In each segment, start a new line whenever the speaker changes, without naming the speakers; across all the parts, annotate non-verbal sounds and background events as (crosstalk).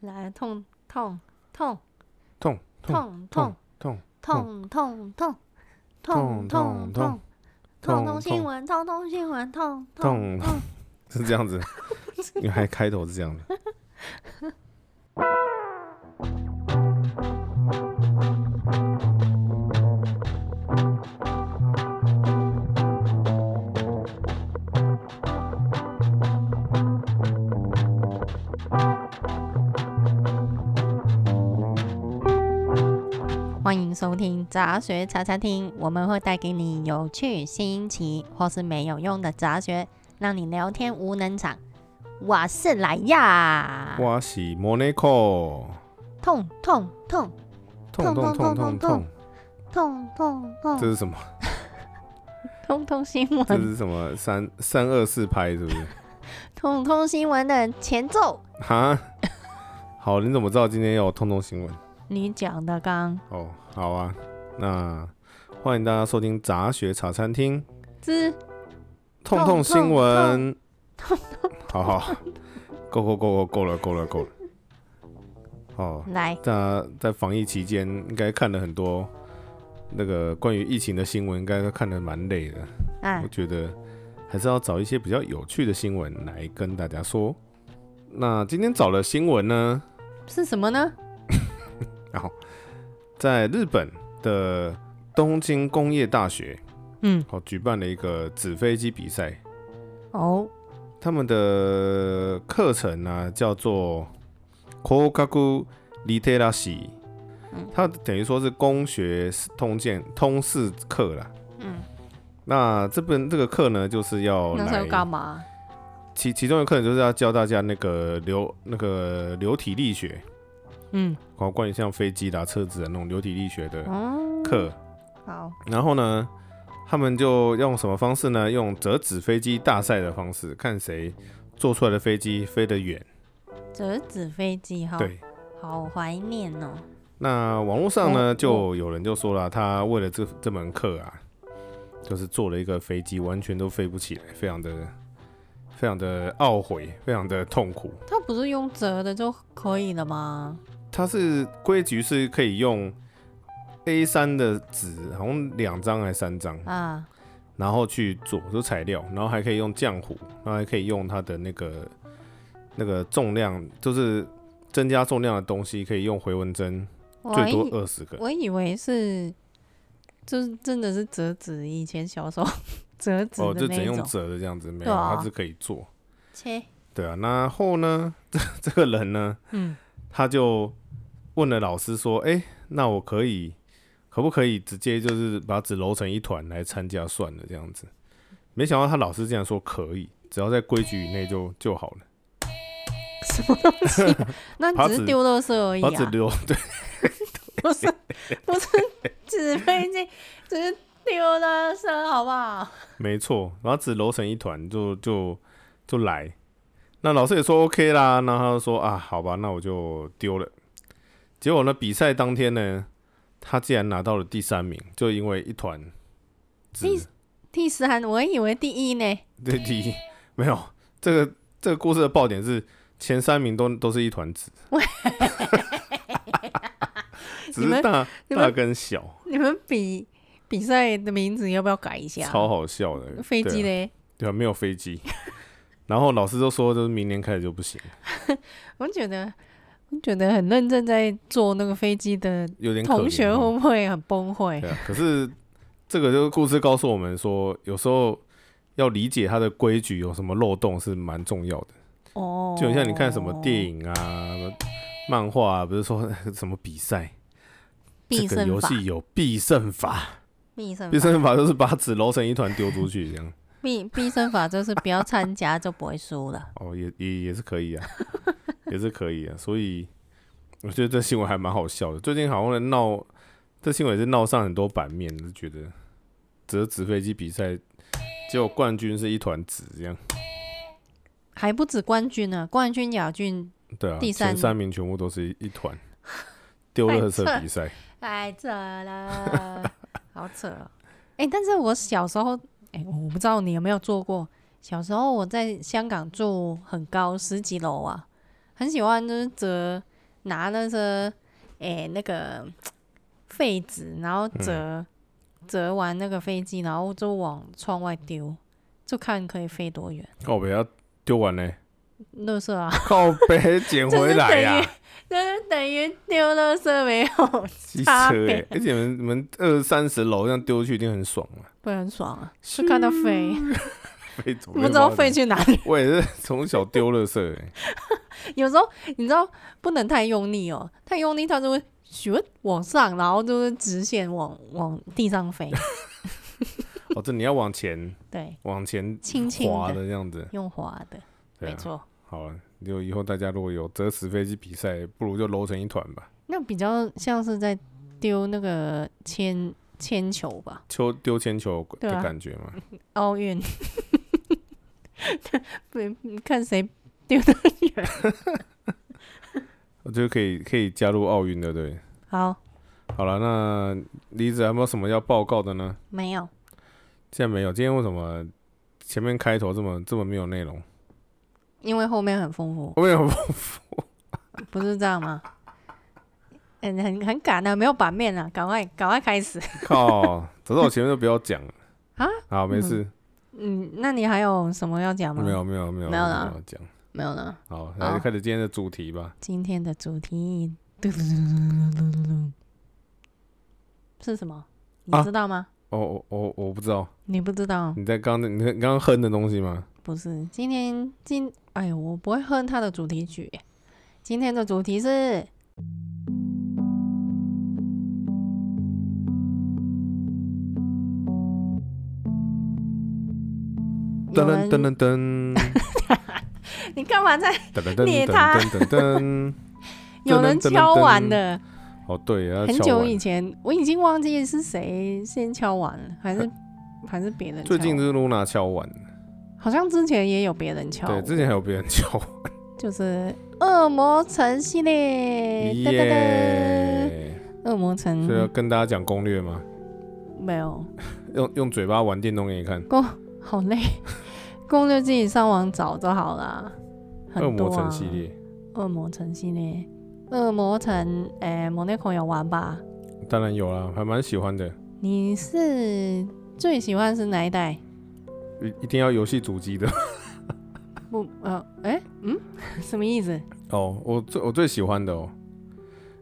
来痛痛痛
痛
痛
痛痛
痛痛
痛
痛痛痛
痛
痛
痛
痛
痛
痛新闻痛痛新闻痛
痛
痛，
(laughs) 是这样子，女孩开头是这样的。
欢迎收听杂学茶餐厅，我们会带给你有趣、新奇或是没有用的杂学，让你聊天无能场。我是莱亚，
我是 Monaco，
痛痛痛
痛痛痛痛痛，
痛痛
这
痛
是什么？
痛痛新
这
闻，
是什么？三三二四拍是不是？ (laughs)
痛痛新闻的前奏。
哈，好，你怎么知道今天有痛痛新闻？
你讲的刚
哦，好啊，那欢迎大家收听杂学茶餐厅
之
痛
痛
痛新
痛
闻。好好，够够够够够了，够了够了。哦，
来，
大家在防疫期间应该看了很多那个关于疫情的新闻，应该都看得蛮累的。
哎
我，觉得还是要找一些比较有趣的新闻来跟大家说。那今天找的新闻呢，
是什么呢？
在日本的东京工业大学
嗯，
哦举办了一个纸飞机比赛，
哦，
他们的课程呢、叫做 Kogaku Literacy，
嗯
它等于说是工学通鉴通识课啦。
嗯，
那这本这个课呢，就是要
那时候
哦来
干嘛？
其其中一个课程就是要教大家那个流那个流体力学，
嗯，
然后关于像飞机啦、车子啊的那种流体力学的
哦，
课。
好，
然后呢，他们就用什么方式呢？用折纸飞机大赛的方式，看谁做出来的飞机飞得远。
折纸飞机哈，
对，
好怀念哦。
那网络上呢，
哦
就有人就说了，他为了这这门课啊，就是做了一个飞机，完全都飞不起来，非常的、非常的懊悔，非常的痛苦。
它不是用折的就可以了吗？
它是规矩是可以用 A 3的纸，好像两张还是三张，
啊，
然后去做就材料，然后还可以用浆糊，然后还可以用它的那个那个重量，就是增加重量的东西，可以用回纹针，
我
最多
以
二十个。
我以为是，就是真的是折纸，以前小时候 (laughs) 折纸
哦，
的
就只
那
能
一
用
种。
折的这样子，没有，
对啊
它是可以做。
切，
对啊，然后呢， (laughs) 这这个人呢，
嗯，
他就问了老师说：“哎、那我可以，可不可以直接就是把纸揉成一团来参加算了？”这样子，没想到他老师竟然说可以，只要在规矩以内就就好了。
什么东西？那
把
你只
纸
是丢垃圾而已
把纸
啊，
留对，
(laughs) 不是不是纸飞机，只是丢垃圾，好不好？
(laughs) 没错，把纸揉成一团就就就来。那老师也说 OK 啦，那他就说啊，好吧，那我就丢了。结果呢，比赛当天呢，他竟然拿到了第三名，就因为一团纸
第第三，我以为第一呢。
对，第一没有这个这个故事的爆点是前三名都都是一团纸，只
你们
是大
你们
大跟小，
(laughs) 你们比比赛的名字要不要改一下？
超好笑的。
飞
对
机
啊
嘞，
对啊，没有飞机。 (laughs) 然后老师就说，就是明年开始就不行，
我觉得我觉得很认真在做那个飞机的
有点可
同
怜
学
哦
会不会很崩溃？
对啊，可是这个就是故事告诉我们说，有时候要理解它的规矩有什么漏洞是蛮重要的。
哦，
就很像你看什么电影啊、什么漫画啊，不是说 (laughs) 什么比赛，
必
这个
胜
游
法，嗯
戏有必胜法，
必胜
必
法，
胜法就是把纸揉成一团丢出去，这样
必必胜法就是不要参加就不会输了。
哦，也也也是可
(laughs)
以啊，也是可以啊。所以我觉得这新闻还蛮好笑的。最近好像闹，这新闻也是闹上很多版面，就觉得折纸飞机比赛，结果冠军是一团纸这样。
还不止冠军呢，冠军、亚军，
对啊，
第三
前三名全部都是一一团丢
太
垃
扯
圾比赛。
太扯了，好扯哦！哎、但是我小时候，哎、我不知道你有没有做过。小时候我在香港住很高，十几楼啊，很喜欢就是折拿那个诶、那个废纸，然后折、
嗯
折完那个飞机，然后就往窗外丢，就看可以飞多远。
靠北要丢完呢，
垃圾啊，
靠北捡 (laughs) 回来啊呀、
就是那就等于丢垃圾没有，
机车
差
哎、
别
而且你们你们二三十楼这样丢去一定很爽啊，
不然很爽啊，就看它飞，
飞走。
不知道飞去哪里。 (laughs)
我也是 (laughs) 从小丢垃圾、欸，
有时候你知道不能太用力哦，太用力它就会咻往上，然后就是直线往往地上飞，
哦，这你要往前
对，
往前
轻轻
滑
的
的这样子，
用滑的，
对
没
啊，
错。
好了，就以后大家如果有折纸飞机比赛，不如就揉成一团吧，
那比较像是在丢那个铅铅球吧，
球丢铅球
对
的
啊
感觉嘛，
奥运， (laughs) 不 (laughs) 看谁丢得远。
我觉得呃可以可以加入奥运的，对。
好，
好了，那李子还有没有什么要报告的呢？
没有，
现在没有，今天为什么前面开头这么这么没有内容？ (laughs)
因为后面很丰富，
我没有，
不是这样吗？很很很赶啊，没有版面啊，赶快赶快开始。
靠，早知道我前面都不要讲了
啊。
好，没事，
嗯，那你还有什么要讲吗？
没，有没有没有
没有啦
没有讲。
没有了。
好，那就
好
开始今天的主题吧。
今天的主题是什么？你
啊
知道吗？
哦，我我我不知道
你不知道？
你在刚你刚刚哼的东西吗？
不是，今天今哎呦，我不会哼它的主题曲耶。今天的主题是
噔
有人
噔噔噔噔
你干嘛在？
噔噔噔
捏
噔
它
噔噔噔。
有人敲完的，
哦，对，要
很
敲
久
碗
以前，我已经忘记是谁先敲完了，还是还是别人敲
呃最
完。
近是露娜敲碗，
好像之前也有别人敲
对，
我，
之前还有别人敲，
就是恶魔城系列，噔噔噔，
耶！
恶魔
所以要
城
跟大家讲攻略吗？
没有，
用用嘴巴玩电动给你看，
好累， (laughs) 攻略自己上网找就好啦。很
恶魔
多啊
城系，列，
恶魔城系列，恶魔城，哎、某那款有玩吧？
当然有啦，还蛮喜欢的，
你是最喜欢是哪一代？
一一定要游戏主机的 (laughs)
不，呃，哎、嗯， (laughs) 什么意思？
哦。我最我最喜欢的哦，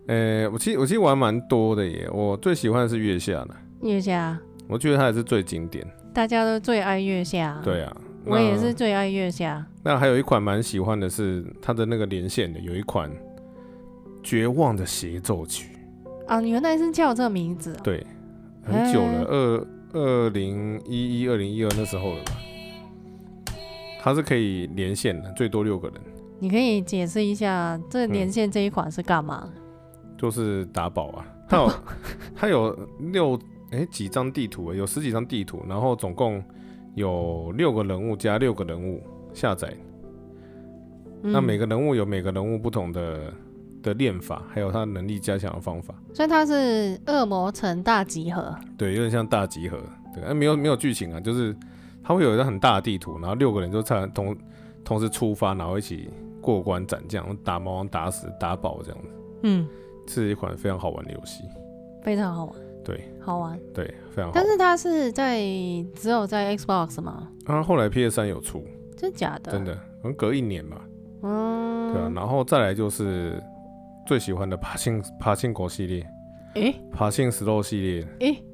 呃，我其实我其实玩蛮多的耶，我最喜欢的是月下的，
月下，
我觉得它也是最经典。
大家都最爱月下。，
对啊，
我
那
也是。最爱月下。
那还有一款蛮喜欢的是它的那个连线的，有一款《绝望的协奏曲》。
啊，原来是叫这名字哦、
对，很久
哎
了，二二零一一、二零一二那时候了吧？它是可以连线的，最多六个人，
你可以解释一下这连线这一款是干嘛？
就是打宝啊。它
(laughs)
有它有六哎、几张地图、欸，有十几张地图，然后总共有六个人物加六个人物下载，
嗯
那每个人物有每个人物不同的的练法，还有他能力加强的方法。
嗯所以它是恶魔城大集合。
对，有点像大集合，对，哎没有没有剧情啊，就是它会有一个很大的地图，然后六个人就差同同时出发，然后一起过关斩将，打魔王、打死、打宝这样子，
嗯，
是一款非常好玩的游戏，
非常好玩。
对，
好玩。
对，非常好
但
玩。
是它是在只有在 Xbox 吗？
啊，后来 PS 三有出，
真假的？
真。的，可能隔一年吧，
嗯。
对啊，然后再来就是最喜欢的爬行爬行狗系列，
诶
爬行石头系列，
诶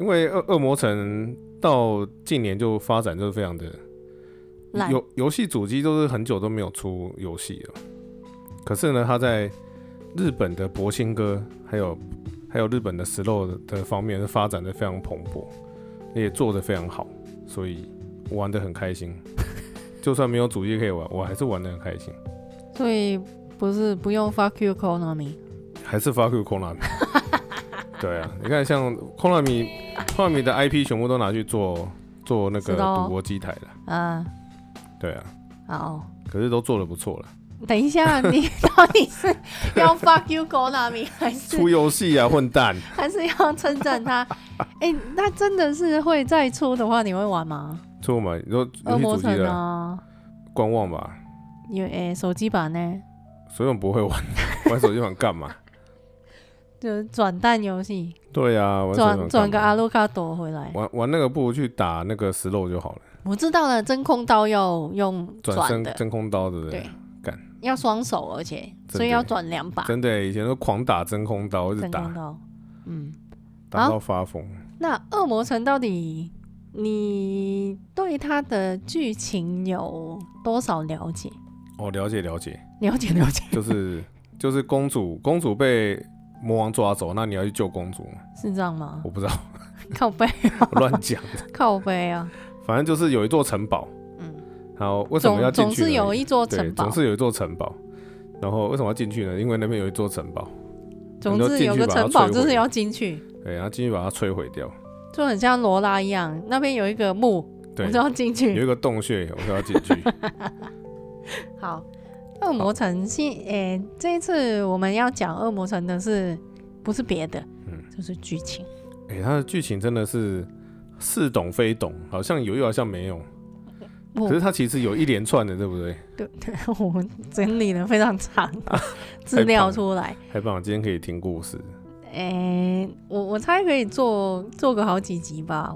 因为恶恶魔城到近年就发展就是非常的
烂
游游戏主机都是很久都没有出游戏了，可是呢，它在日本的博兴哥还有还有日本的石肉的的方面是发展的非常蓬勃，也做的非常好，所以我玩的很开心。就算没有主机可以玩，我还是玩的很开心，
所以不是不用 fuck you Konami。
还是发 Q Konami。对啊，你看像 Konami Konami 的 IP 全部都拿去做做那个
石头
赌博机台了，
啊，
对啊，
好。
可是都做的不错了。
等一下，你 (laughs) 到底是要 fuck you Konami 还是
出游戏啊，混蛋！
(laughs) 还是要称赞
(laughs)
他？诶，那真的是会再出的话，你会玩吗？
出嘛，你说
恶
游戏
魔啊
主机啊
城
的
啊，
观望吧，
有诶、手机版呢？
所以我们不会
(laughs)
玩，玩手机玩干嘛？
就是转蛋游戏，
对呀、啊，玩手机玩
转转个
干嘛
阿鲁卡躲回来。
玩玩那个不如去打那个石漏就好了，
我知道了，真空刀要用
转
转
身
的，
真空刀，对不对？
对，
干
要双手，而且
的
所以要转两把
真的耶，以前都狂打真空刀，一直
真
打
空刀。嗯，
打
好
到发疯。
那恶魔城到底你对它的剧情有多少了解？
哦，了解了解，
了解了解，
(laughs) 就是就是公主公主被魔王抓走，那你要去救公主吗？
是这样吗？
我不知道， (laughs)
靠背，
我乱讲的。
靠背啊，
反正就是有一座城堡，
嗯，
然后为什么要
总总
进去呢？
是有一座
对，
哦城堡
总，是有一座城堡。然后为什么要进去呢？因为那边有一座城堡，
总
能够
是
进
有
去
个
把它
城堡
摧
就是
毁
要进去，
对，然后进去把哎它摧毁掉。
就很像罗拉一样，那边有一个墓，
对
我就，要进去
有。一个洞穴，我就要进去。 (laughs)
好，恶魔城现诶、这一次我们要讲恶魔城的是不是别的？
嗯
就是剧情。
哎、它的剧情真的是似懂非懂，好像有又好像没有。
我
可是它其实有一连串的，对不对？
对，我 (laughs) 们整理了非常
(laughs)
长的资料出来。
还棒，今天可以听故事。
诶、我我猜可以做做个好几集吧，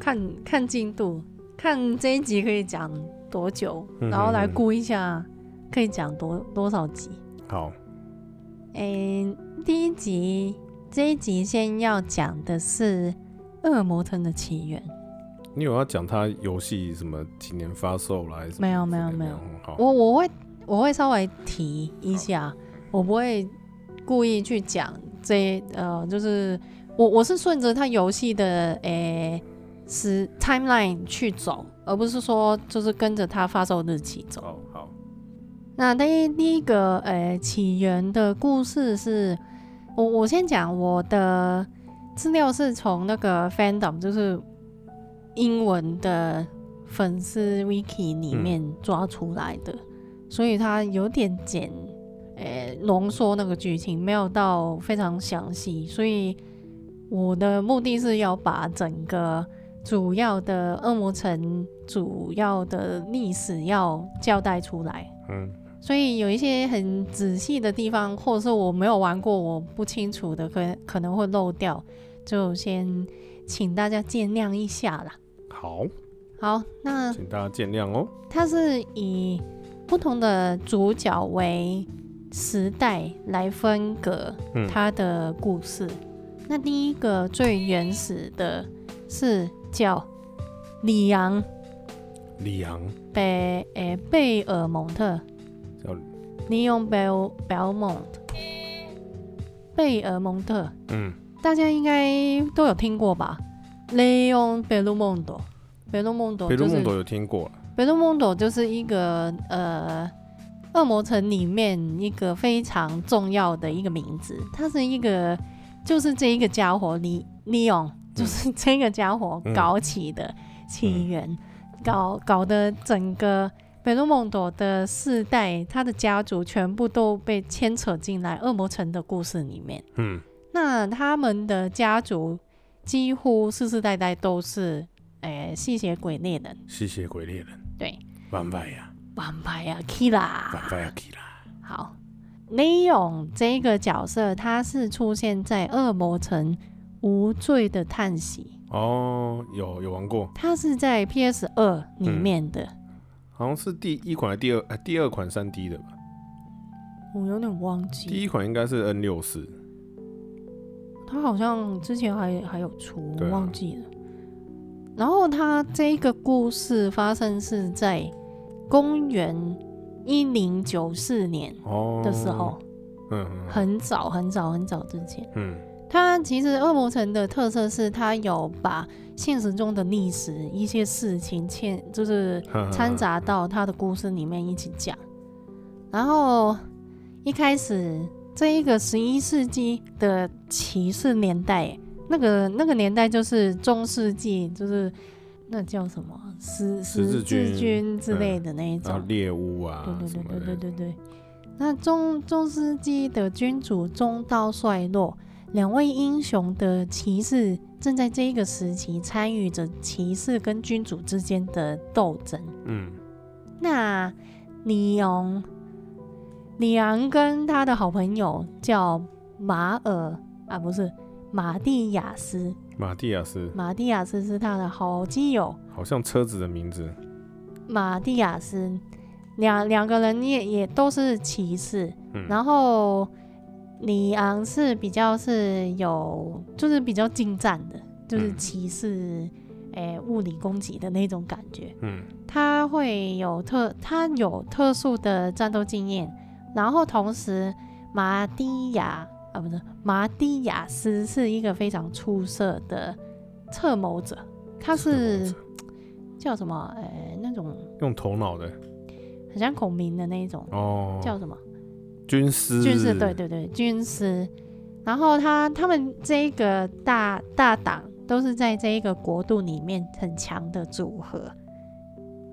看看进度，看这一集可以讲多久，
嗯
然后来
嗯嗯
估一下可以讲多多少集。
好，
诶、第一集这一集先要讲的是恶魔城的起源。
你有要讲它游戏什么几年发售啦？还是什么
没有
之类的哦
没有没有。
好，
我我会我会稍微提一下，我不会故意去讲这呃，就是我我是顺着它游戏的诶时 timeline 去走，而不是说就是跟着它发售日期走。
好好，
那第一第一个呃起源的故事是，我我先讲我的资料是从那个 fandom，就是英文的粉丝 wiki 里面抓出来的，所以它有点简呃浓缩那个剧情，没有到非常详细，所以我的目的是要把整个主要的恶魔城主要的历史要交代出来。
嗯，
所以有一些很仔细的地方，或者是我没有玩过我不清楚的，可可能会漏掉，就先请大家见谅一下啦。
好，
嗯好，那
请大家见谅哦。
它是以不同的主角为时代来分隔
嗯
它的故事。那第一个最原始的是叫里昂
里昂
贝诶贝尔蒙特，
叫，
利用 Bel Belmont 贝尔蒙特，
嗯，
大家应该都有听过吧？Leon Belmondo Belmondo 哦
贝鲁
就
梦
是
斗有听过啦，
Belmondo 就是一个呃恶魔城里面一个非常重要的一个名字，他是一个就是这一个家伙利利用就是这个家伙
嗯
搞起的起源，搞搞得整个。贝鲁蒙多的世代，他的家族全部都被牵扯进来恶魔城的故事里面。
嗯，
那他们的家族几乎世世代代都是诶、吸血鬼猎人，
吸血鬼猎人，
对
万拜呀，
，vampire killer。
万拜呀基拉，
啊好，Leon 这个角色，他是出现在《恶魔城无罪的叹息
哦，有有玩过》，，
他是在 PS 二里
嗯
面的，
好像是第一款还是第二呃第二款三 D 的吧，
我有点忘
第
记，
一款应该是 N 六四，
他好像之前还还有出，我
对啊
忘记了。然后他这个故事发生是在公元一零九四年
哦
的时候，，
嗯嗯嗯
很早很早很早之前。
嗯，
它其实恶魔城的特色是它有把现实中的历史一些事情嵌，就是
嗯
掺，杂到它的故事里面一起讲。然后一开始这一个十一世纪的骑士年代，那个那个年代就是中世纪，就是那叫什么十
十字
字
军
军之类的那一种
然后。猎物啊
对
什
对
么
对对对
的，
对对。那中中世纪的君主中道衰落，两位英雄的骑士正在这一个时期参与着骑士跟君主之间的斗争。
嗯，
那李昂里昂跟他的好朋友叫马尔啊，不是马蒂亚斯，
马蒂亚斯
马蒂亚斯是他的好基友。
好像车子的名字，
马蒂亚斯，两两个人也也都是骑士，
嗯
然后里昂是比较是有就是比较近战的，就是
嗯
骑士诶、物理攻击的那种感觉。
嗯
他会有特他有特殊的战斗经验，然后同时马蒂亚啊不是马蒂亚斯是一个非常出色的策谋者，他是
策
叫什么？呃、那种
用头脑的
很像孔明的那一种，
哦，
叫什么？
军师，
军师，对，对对，军师。然后他他们这一个大大党都是在这一个国度里面很强的组合，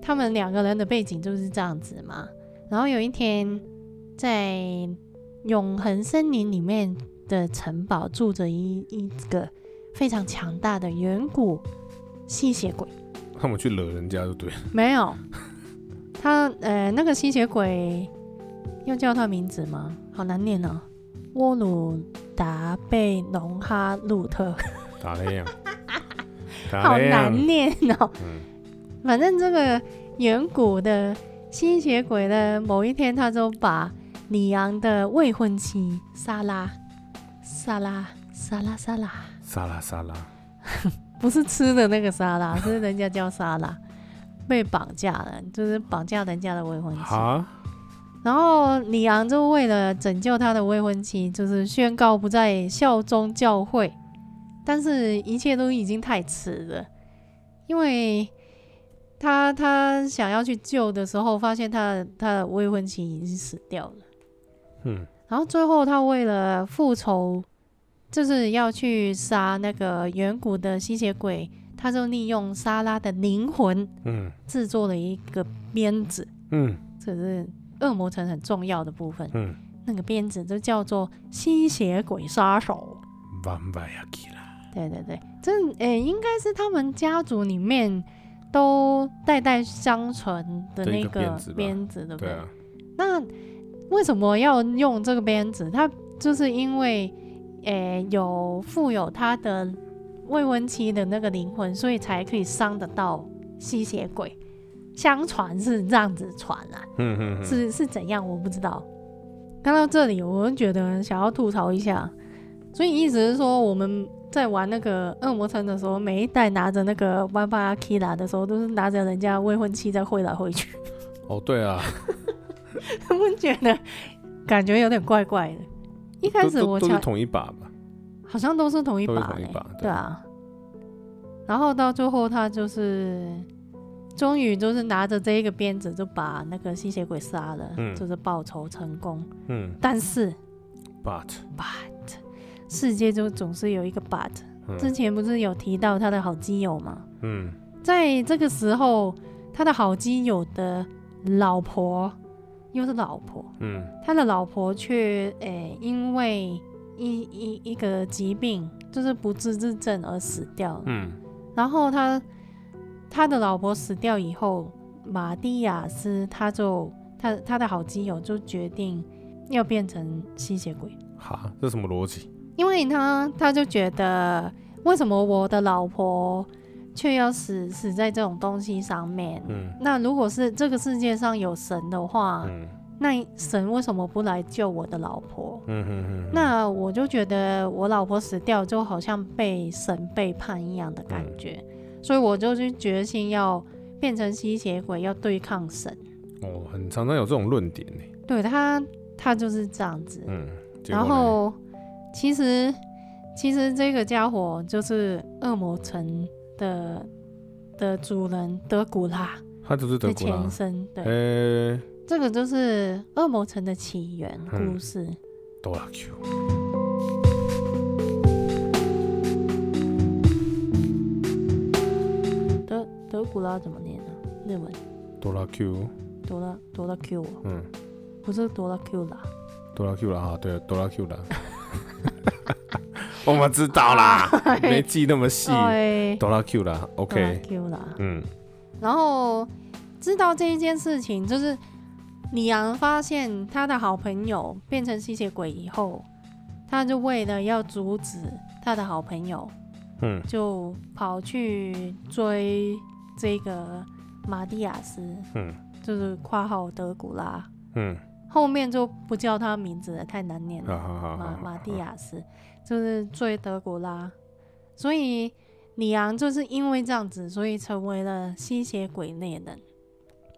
他们两个人的背景就是这样子嘛。然后有一天，在永恒森林里面的城堡住着一一个非常强大的远古吸血鬼，
他们去惹人家就对了，
没有他呃那个吸血鬼要叫他名字吗？好难念哦，沃鲁达贝隆哈路特，
打雷
(laughs)
样，
好
打雷啊样，
难念哦。
嗯，
反正这个远古的吸血鬼呢，某一天他就把里昂的未婚妻莎拉，莎拉，莎拉，莎拉，
沙拉沙拉，
不是吃的那个莎拉，是人家叫莎拉，被绑架了，就是绑架人家的未婚妻。
哈，
然后里昂就为了拯救他的未婚妻，就是宣告不再效忠教会，但是一切都已经太迟了，因为他他想要去救的时候，发现他的他的未婚妻已经死掉了。
嗯，
然后最后他为了复仇，就是要去杀那个远古的吸血鬼，他就利用莎拉的灵魂
嗯
制作了一个鞭子，
嗯
这是恶魔城很重要的部分。
嗯
那个鞭子就叫做吸血鬼杀手。
，vampire killer，
对对对，这呃、应该是他们家族里面都代代相传的
的
那
一个
个
鞭子吧
鞭子，对不
对啊，
那为什么要用这个鞭子？它就是因为呃有富有他的未婚妻的那个灵魂，所以才可以伤得到吸血鬼。相传是这样子传啊，
嗯嗯，嗯，
是是怎样，我不知道。看到这里，我就觉得想要吐槽一下，所以意思是说，我们在玩那个恶魔城的时候，每一代拿着那个 v a m p i Kira 的时候，都是拿着人家未婚妻在挥来挥去， (laughs)
哦对啊，
他们觉得感觉有点怪怪的。一开
都
始
都
我
都是
想
同一把吧，
好像都是同一
都是
把
同一
嘞
把对
对啊。然后到最后，他就是终于就是拿着这一个鞭子，就把那个吸血鬼杀了，
嗯
就是报仇成功。
嗯
但是
，but，
but，世界就总是有一个 but。之
嗯
前不是有提到他的好基友吗？
嗯，
在这个时候，他的好基友的老婆，又是老婆，
嗯
他的老婆却诶、因为一一一个疾病，就是不治之症而死掉了。
嗯
然后他他的老婆死掉以后，马蒂亚斯他就他他的好基友就决定要变成吸血鬼。
哈，这什么逻辑？
因为他他就觉得，为什么我的老婆却要死死在这种东西上面？
嗯
那如果是这个世界上有神的话，
嗯
那神为什么不来救我的老婆？
嗯嗯嗯，
那我就觉得我老婆死掉就好像被神背叛一样的感
嗯
觉，所以我就去决心要变成吸血鬼，要对抗神。
哦，很常常有这种论点呢，
对他，他就是这样子。
嗯，结果
然
嘞
后其实其实这个家伙就是恶魔城的的主人德古拉
他就是德
的
古拉哎
前，身，对，
诶，
这个就是恶魔城的起源
嗯
故事。
哆啦 Q，
德德古拉怎么念呢、日文
哆啦 Q，
多拉多拉 Q，哦
嗯，
不是多拉 Q 啦，
哆啦 Q 啦啊，对，哆啦 Q 啦， (laughs) 我们知
(laughs)
道啦，
哎
没记那么细，
对，
哆啦 Q
哦
啦
哎多拉
，OK，
Q 啦。
嗯
然后知道这一件事情，就是李昂发现他的好朋友变成吸血鬼以后，他就为了要阻止他的好朋友，
嗯，
就跑去追这个马蒂亚斯，
嗯，
就是括号德古拉，
嗯，
后面就不叫他名字了，太难念了。
好好好
马
好，
马蒂亚斯，就是追德古拉，所以里昂就是因为这样子，所以成为了吸血鬼猎人。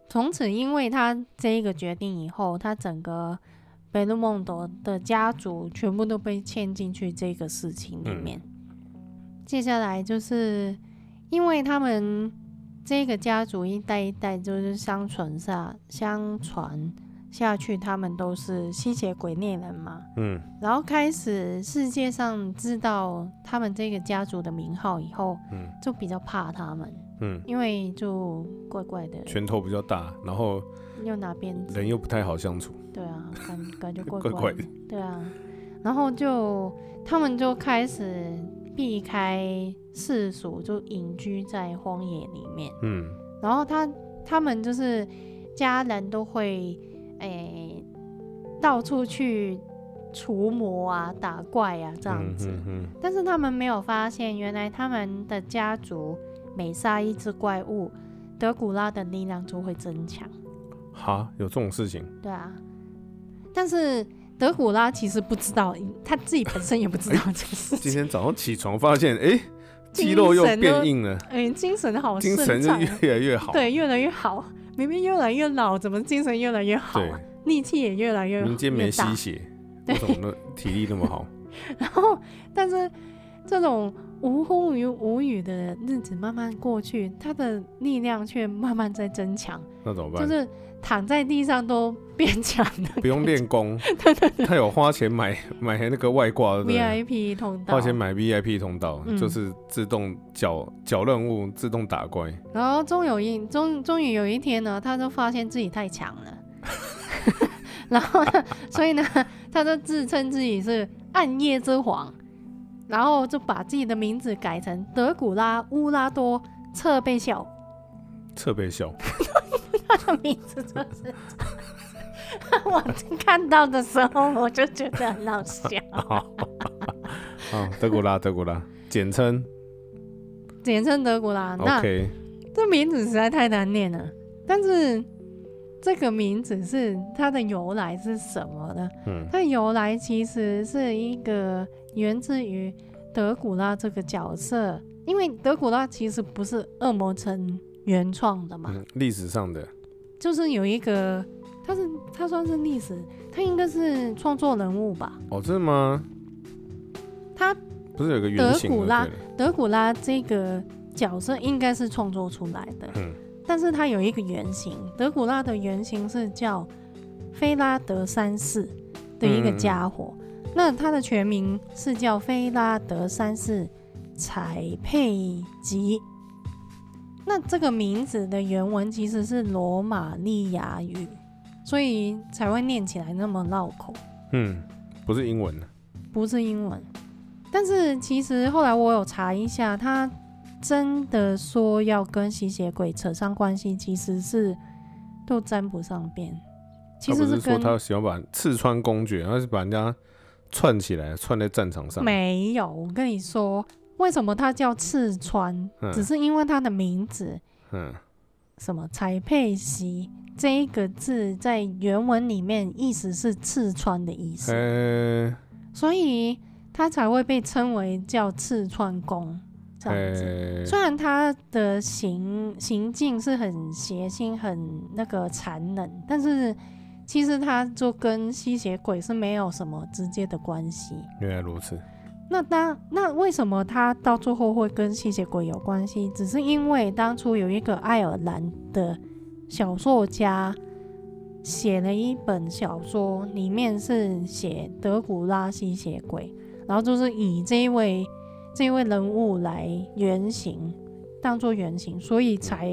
从此，因为他这一个决定以后，他整个贝鲁蒙多的家族全部都被嵌进去这个事情里面。接下来就是因为他们这个家族一代一代就是相传下相传下去，他们都是吸血鬼猎人嘛。
嗯
然后开始世界上知道他们这个家族的名号以后，
嗯
就比较怕他们，
嗯，
因为就怪怪的，
拳头比较大，然后
又拿鞭子，
人又不太好相处，
对啊，感感觉怪
怪怪
的，对啊，然后就他们就开始避开世俗，就隐居在荒野里面。
嗯
然后他他们就是家人都会诶、到处去除魔啊、打怪啊这样子。
嗯嗯
但是他们没有发现，原来他们的家族每杀一只怪物，德古拉的力量就会增强。
嗯，哈，有这种事情，
对啊，但是德古拉其实不知道，他自己本身也不知道这个事情。
今天早上起床发现，哎，肌肉又变硬了，
哎、精神好
精
顺
神就
畅啊，
越来越好，
对，越来越好。明明越来越老，怎么精神越来越好啊？
对，
力气也越来越
民间没
越大
吸血，为什么那体力那么
(laughs)
好？
然后，但是这种无风于无雨的日子慢慢过去，他的力量却慢慢在增强，
那怎么
就
办？
是躺在地上都变强了。
不用练
(laughs)
功，他有花钱买买那个外挂，对不对？
VIP 通道
花，钱买 VIP 通道，
嗯
就是自动缴缴任务，自动打怪。
然后终有一终终于有一天呢，他就发现自己太强了， (laughs) 然后呢，所以呢，他就自称自己是暗夜之皇，然后就把自己的名字改成德古拉乌拉多侧背小
特别小，
他的名字就是 (laughs) 这样子。我看到的时候，我就觉得很好笑。
啊，德古拉，德古拉，简称
简称德古拉，那
OK，
这名字实在太难念了。但是这个名字是它的由来是什么呢？
嗯
它的由来其实是一个源自于德古拉这个角色，因为德古拉其实不是恶魔城原创的嘛，
嗯，历史上的，
就是有一个，他是他算是历史，他应该是创作人物吧。
哦，真的吗？
他
不是有个原型
德古拉
就对了
德古拉这个角色应该是创作出来的，
嗯
但是它有一个原型，德古拉的原型是叫菲拉德三世的一个家伙，那他的全名是叫菲拉德三世采佩吉。那这个名字的原文其实是罗马利亚语，所以才会念起来那么绕口。
嗯，不是英文的，
不是英文。但是其实后来我有查一下，他真的说要跟吸血鬼扯上关系，其实是都沾不上边。其
他
实
不是说
跟
他喜欢把刺穿公爵，他是把人家串起来，串在战场上。
没有。我跟你说，为什么他叫赤川？
嗯
只是因为他的名字
嗯
什么柴佩西这一个字在原文里面意思是赤川的意思，
嘿，
所以他才会被称为叫赤川公这样子。
嘿，
虽然他的行行径是很邪性、很那个残忍，但是其实他就跟吸血鬼是没有什么直接的关系。
原来如此。
那当那为什么他到最后会跟吸血鬼有关系？只是因为当初有一个爱尔兰的小作家写了一本小说，里面是写德古拉吸血鬼，然后就是以这一位这一位人物来原型，当做原型，所以才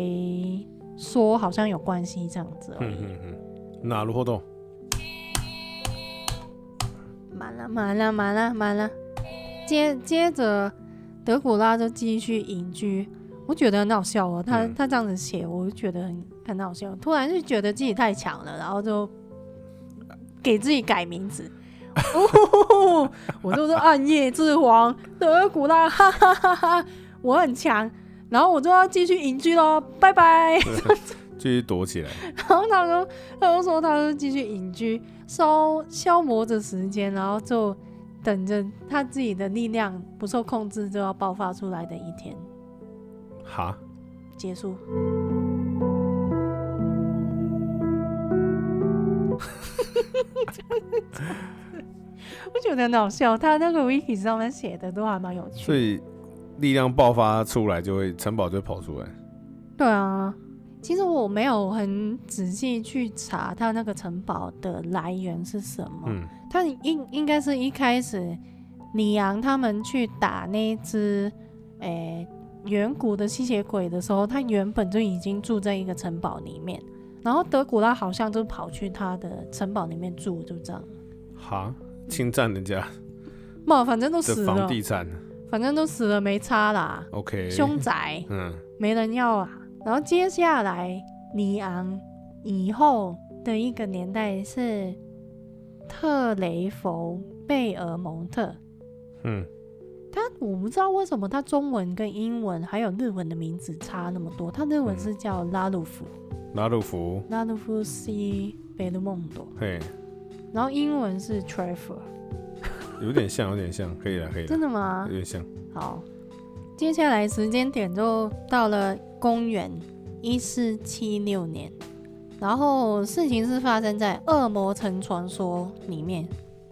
说好像有关系这样子而已
嗯。嗯嗯，哪路活动？
(laughs) 满了，满了，满了，满了。接接着，德古拉就继续隐居，我觉得很好笑哦。他、
嗯
他这样子写，我就觉得很很好笑。突然就觉得自己太强了，然后就给自己改名字。哦，我就是暗夜之皇德古拉，哈哈哈哈，我很强。然后我就要继续隐居喽，拜拜。
继续躲起来。
然后他说，他就说，他就继续隐居，消消磨着时间，然后就等着他自己的力量不受控制就要爆发出来的一天
哈，
嗯结束。我觉得很好笑，他那个 wiki 上面写的都还蛮有
所
趣。
以力量爆发出来就会城堡就会跑出来。
哦对啊，其实我没有很仔细去查他那个城堡的来源是什么。
嗯
他应应该是一开始李阳他们去打那只诶、远古的吸血鬼的时候，他原本就已经住在一个城堡里面，然后德古拉好像就跑去他的城堡里面住，就这样。
哈，侵占人家
嘛，反正都死
的房
了，
地产
反正都死了，没差啦。
，OK，
凶宅
嗯
没人要啊。然后接下来李昂以后的一个年代是特雷弗贝尔蒙特，
嗯，
我不知道为什么他中文跟英文还有日文的名字差那么多。他日文
嗯
是叫拉鲁夫，
拉鲁福，
拉鲁夫西贝鲁蒙多，
嘿，
然后英文是 Trevor。
有点像，有点像，可以了，可以了
真，的吗
有？点像。
好，接下来时间点就到了公元一四七六年，然后事情是发生在《恶魔城传说》里面，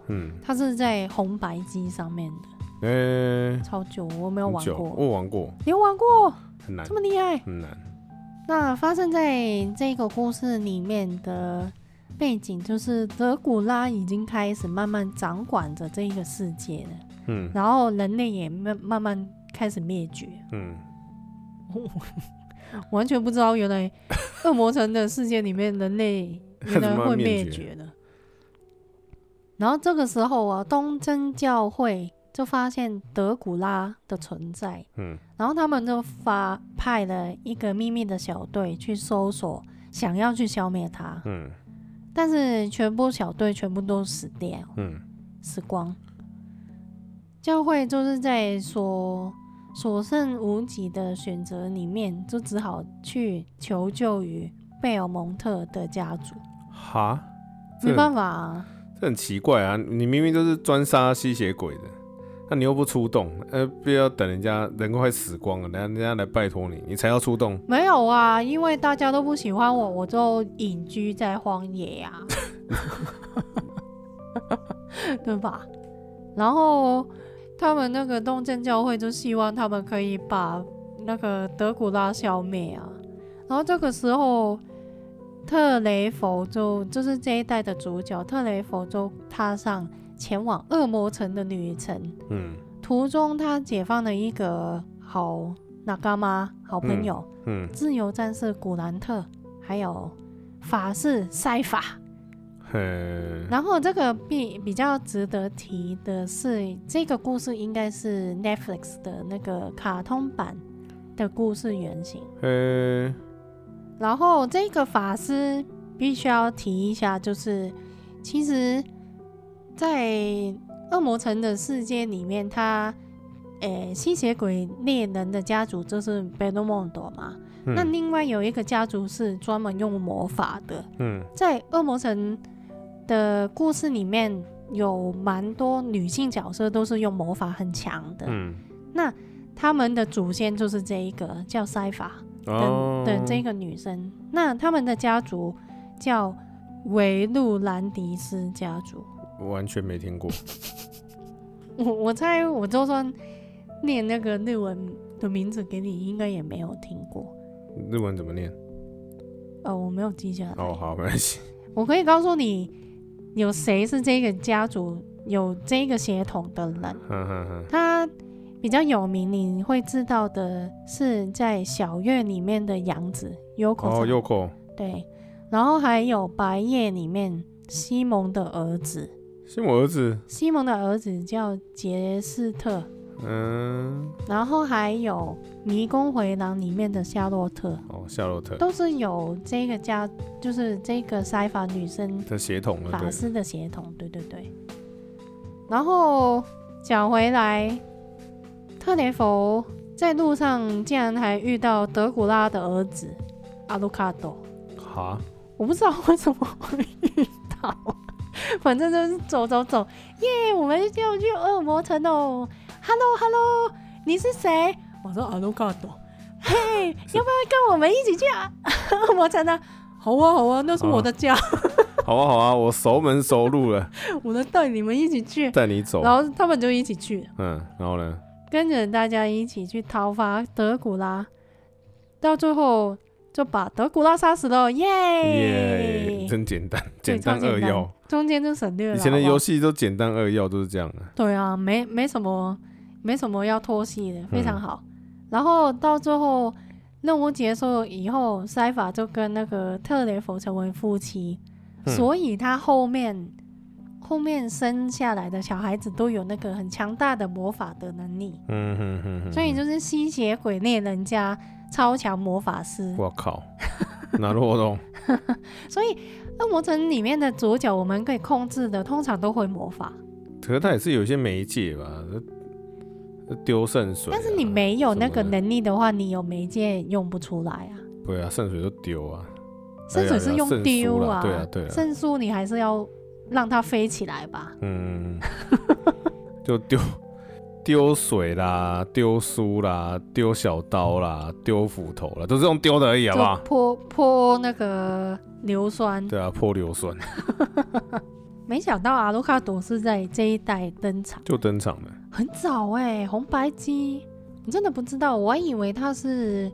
嗯，
它是在红白机上面的，
呃、
超久我没有
很
玩
久，哦
过，
我玩过，
你有玩过？
很难
这，么厉害？
很难。
那发生在这个故事里面的背景，就是德古拉已经开始慢慢掌管着这个世界了，
嗯
然后人类也慢慢慢开始灭绝。
嗯，
完全不知道原来恶魔城的世界里面人类原来会灭绝的。 (laughs) 然后这个时候啊，东正教会就发现德古拉的存在，
嗯，
然后他们就发派了一个秘密的小队去搜索，想要去消灭他，
嗯
但是全部小队全部都死掉，
嗯
死光。教会就是在所所剩无几的选择里面，就只好去求救于贝尔蒙特的家族，
哈，这
没办法、啊。
这很奇怪啊！你明明就是专杀吸血鬼的，那你又不出动，呃，不要等人家人快死光了，人家人家来拜托你，你才要出动。
没有啊，因为大家都不喜欢我，我就隐居在荒野啊，对吧？然后他们那个东正教会就希望他们可以把那个德古拉消灭啊。然后这个时候，特雷弗就就是这一代的主角，特雷弗就踏上前往恶魔城的旅程。
嗯
途中，他解放了一个好那干妈好朋友。
嗯，
自由战士古兰特，还有法式塞法。
嘿，
然后这个比比较值得提的是，这个故事应该是 Netflix 的那个卡通版的故事原型。
嘿，
然后这个法师必须要提一下，就是其实，在恶魔城的世界里面，他。诶，吸血鬼猎人的家族就是贝诺梦朵嘛，
嗯
那另外有一个家族是专门用魔法的，
嗯
在《恶魔城》的故事里面有蛮多女性角色都是用魔法很强的，
嗯，
他们的祖先就是这一个叫塞法的、
哦，
的这个女生，那他们的家族叫维路兰迪斯家族，
我完全没听过。
我我猜我就算念那个日文的名字给你，应该也没有听过，
日文怎么念？
呃，我没有记下来。
哦，好，没关系。
我可以告诉你，有谁是这个家族有这个血统的人。
哼哼哼，
他比较有名，你会知道的是在小月里面的杨子 Yoko，、
哦，右口
对，然后还有白夜里面西蒙的儿子，
是我儿子。
西蒙的儿子叫杰斯特，
嗯，
然后还有《迷宫回廊》里面的夏洛特，
哦，夏洛特
都是有这个家，就是这个塞法女生
的血统了，
法
哦对，
师的血统，对对对。然后讲回来，特雷弗在路上竟然还遇到德古拉的儿子阿鲁卡多，
哈，
我不知道为什么会遇到， (laughs) 反正就是走走走，耶，我们要去恶魔城哦！Hello Hello，你是谁？我说阿鲁卡多，嘿， (laughs) 要不要跟我们一起去啊 (laughs) 恶魔城呢、好啊好啊，那是我的家，
好啊好啊，我熟门熟路了，
我能带你们一起去。
带你走，
然后他们就一起去，
嗯，然后呢，
跟着大家一起去讨伐德古拉，到最后就把德古拉杀死了，耶！
耶，真简单，
对
简单
超
扼要，
中间就省略了。
以前的
好不好
游戏都简单扼要都是这样的，
对啊，没没什么，没什么要拖戏的，非常
嗯
好。然后到最后任务结束以后，塞法就跟那个特雷弗成为夫妻，
嗯
所以他后面后面生下来的小孩子都有那个很强大的魔法的能力，
嗯哼哼哼，
所以就是吸血鬼猎人家超强魔法师。
我
(laughs)
靠，哪落懂？
所以恶魔城里面的主角，我们可以控制的通常都会魔法，
可是它也是有一些媒介吧，呃丢圣水啊、
但是你没有
什
那
么
个
的
能力的话，你有媒介用不出来啊。
对啊，圣水都丢啊，
圣水是用丢啊，
哎呀呀圣书啦对啊对啊
圣书你还是要让它飞起来吧。
嗯，就丢丢水啦，丢书啦，丢小刀啦，丢斧头啦，都是用丢的而已，好不
就
好？
泼泼那个硫酸，
啊对啊，泼硫酸
没想到阿卢卡朵是在这一代登场，
就登场了。
很早哎、红白机，我真的不知道，我还以为它是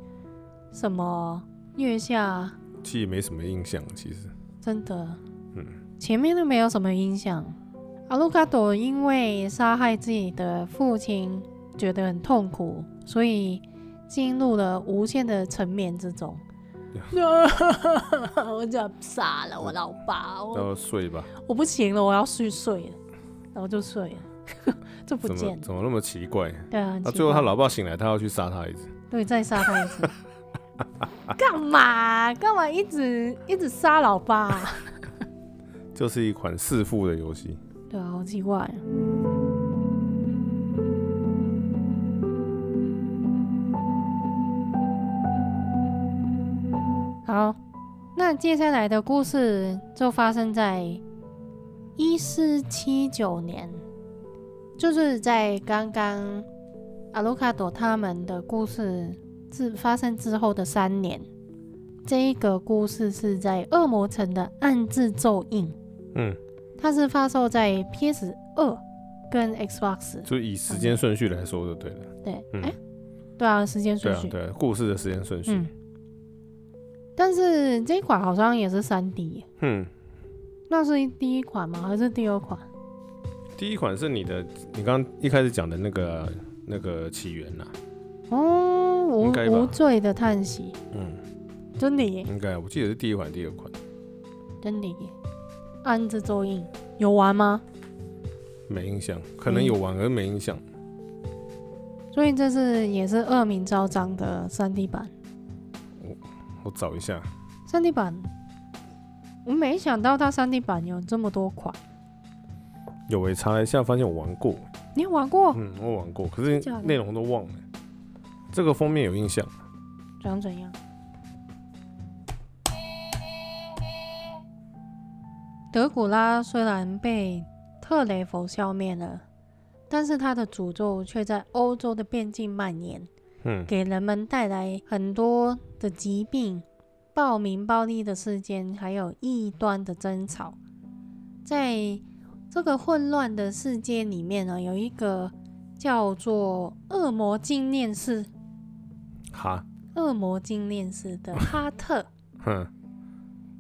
什么月下，
其实也没什么印象，其实，
真的，
嗯，
前面都没有什么影响。阿卢卡朵因为杀害自己的父亲，觉得很痛苦，所以进入了无限的沉眠之中。 (laughs) 我就杀了我老爸，我
要睡吧？
我不行了，我要去睡了，然后就睡了， (laughs) 就不
怎么
见了。
怎么那么奇怪？
对啊，很
啊，
奇
最后
怪
他老爸醒来，他要去杀他一次。
对再杀他一次，干嘛干嘛一直一直杀老爸啊、
就是一款弑父的游戏。
对啊，好奇怪、啊。好，那接下来的故事就发生在一四七九年，就是在刚刚阿卢卡朵他们的故事自发生之后的三年。这一个故事是在恶魔城的暗自咒印。
嗯，
它是发售在 PS 二跟 Xbox。
就以时间顺序来说就对了。
对，哎、
嗯
对啊，时间
对
顺
啊
序。，
对啊，故事的时间顺序。
嗯。但是这一款好像也是三 D，
嗯，
那是第一款吗？还是第二款？
第一款是你的，你刚刚一开始讲的那个那个起源啊啦。
哦，无
应该吧
无罪的叹息，
嗯，
真的耶，
应该我记得是第一款、第二款，
真的耶。暗之咒印有玩吗？
没印象，
嗯
可能有玩而没印象。
所以这是也是恶名昭彰的三 D 版。
我找一下，
三 D 版，我没想到它三 D 版有这么多款。
有诶、查了一下，发现我玩过。
你有玩过？
嗯，我玩过，可是
假哦的
内容都忘了。这个封面有印象，
长怎样？德古拉虽然被特雷弗消灭了，但是他的诅咒却在欧洲的边境蔓延，
嗯，
给人们带来很多的疾病、暴民暴力的事件，还有异端的争吵。在这个混乱的世界里面呢，有一个叫做恶魔精炼室
哈，
恶魔精炼师的哈特，
哼，